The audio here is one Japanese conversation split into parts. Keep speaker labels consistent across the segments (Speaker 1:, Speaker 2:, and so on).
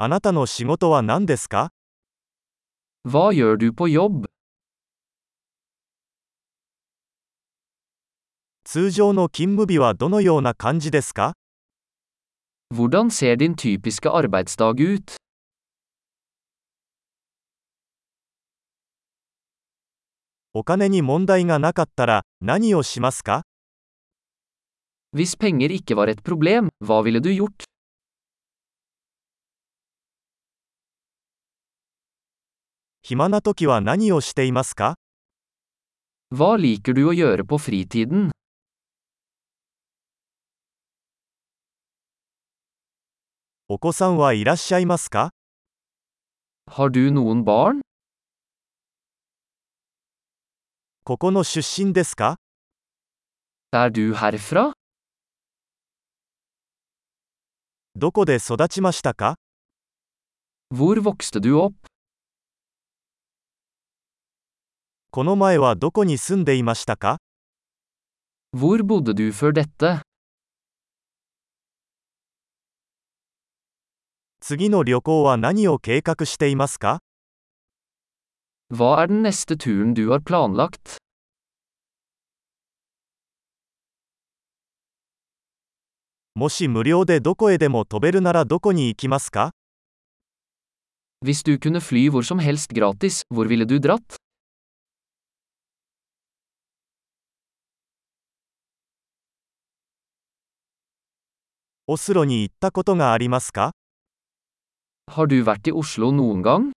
Speaker 1: あなたの仕事は何ですか
Speaker 2: Vad gör du på jobb?
Speaker 1: 通常の勤務日はどのような感じですか
Speaker 2: Hvordan ser din typiske arbeidsdag ut?
Speaker 1: お金に問題がなかったら何をしますか
Speaker 2: Hvis penger ikke var et problem, hva ville du gjort?
Speaker 1: 暇な時は何をしていますか
Speaker 2: Hva liker du å gjøre på fritiden?
Speaker 1: お子さんはいらっしゃいますか
Speaker 2: Har du noen barn?
Speaker 1: ここの出身ですか
Speaker 2: Er du herfra?
Speaker 1: どこで育ちましたか
Speaker 2: Hvor vokste du opp?
Speaker 1: この前はどこに住んでいましたか
Speaker 2: Hvor bodde du før dette?
Speaker 1: 次の旅行は何を計画していますか
Speaker 2: Hva er den neste turen du har planlagt?
Speaker 1: もし無料でどこへでも飛べるならどこに行きますか
Speaker 2: Hvis du kunne fly hvor som helst gratis, hvor ville du dratt?
Speaker 1: オスロに行ったことがありますか
Speaker 2: Har du vært i Oslo noen gang?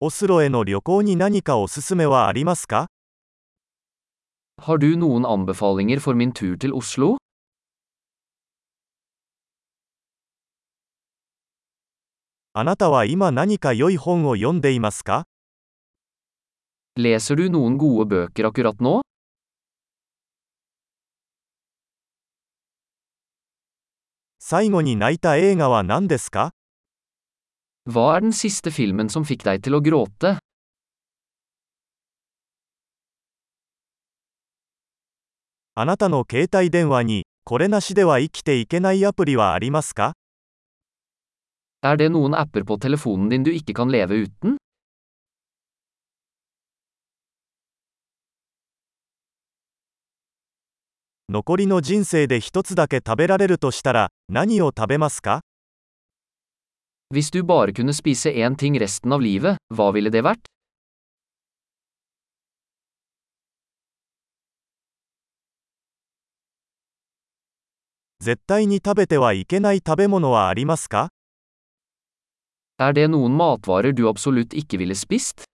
Speaker 1: オスロへの旅行に何かおすすめはありますか
Speaker 2: Har du noen anbefalinger for min tur til Oslo?
Speaker 1: あなたは今何か良い本を読んでいますか
Speaker 2: Leser du noen gode bøker akkurat nå?
Speaker 1: 最後に泣いた映画は何ですか
Speaker 2: Hva er den siste filmen som fikk deg til å gråte?
Speaker 1: あなたの携帯電話にこれなしでは生きていけないアプリはありますか
Speaker 2: Er det noen apper på telefonen din du ikke kan leve uten?
Speaker 1: 残りの人生で一つだけ食べられるとしたら何を食べますか
Speaker 2: Hvis du bare kunne spise én ting resten av livet, hva ville det vært?
Speaker 1: 絶対に食べてはいけない食べ物はありますか
Speaker 2: Er det noen matvarer du absolutt ikke ville spist?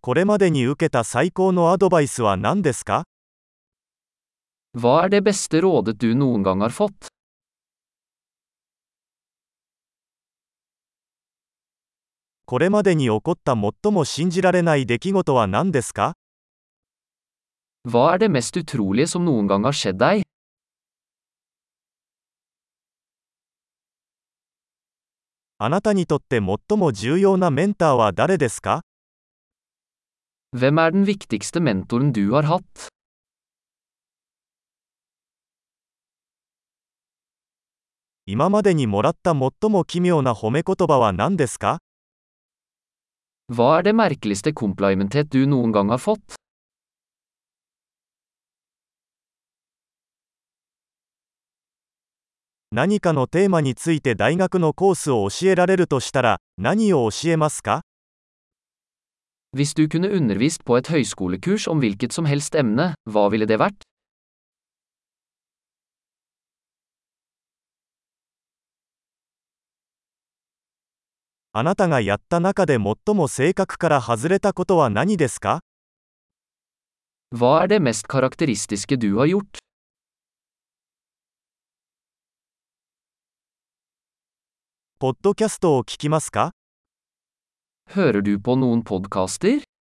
Speaker 1: これまでに受けた最高のアドバイスは何ですか
Speaker 2: Hva er det beste rådet du noen gang har fått?
Speaker 1: これまでに起こった最も信じられない出来事は何ですか
Speaker 2: Hva er det mest utrolige som noen gang har skjedd deg?
Speaker 1: あなたにとって最も重要なメンターは誰ですか
Speaker 2: Hvem er den viktigste mentoren du har hatt?
Speaker 1: 今までにもらった最も奇妙な褒め言葉は何ですか
Speaker 2: Hva er det merkeligste komplimentet du noen gang har fått?
Speaker 1: 何かのテーマについて大学のコースを教えられるとしたら何を教えますか
Speaker 2: Hvis du kunne undervist på et høyskolekurs om hvilket som helst emne, hva ville det vært?
Speaker 1: あなたがやった中で最も性格から外れたことは何ですか
Speaker 2: Hva er det mest karakteristiske du har gjort?
Speaker 1: ポッドキャストを聞きますか
Speaker 2: Hører du på noen podkaster?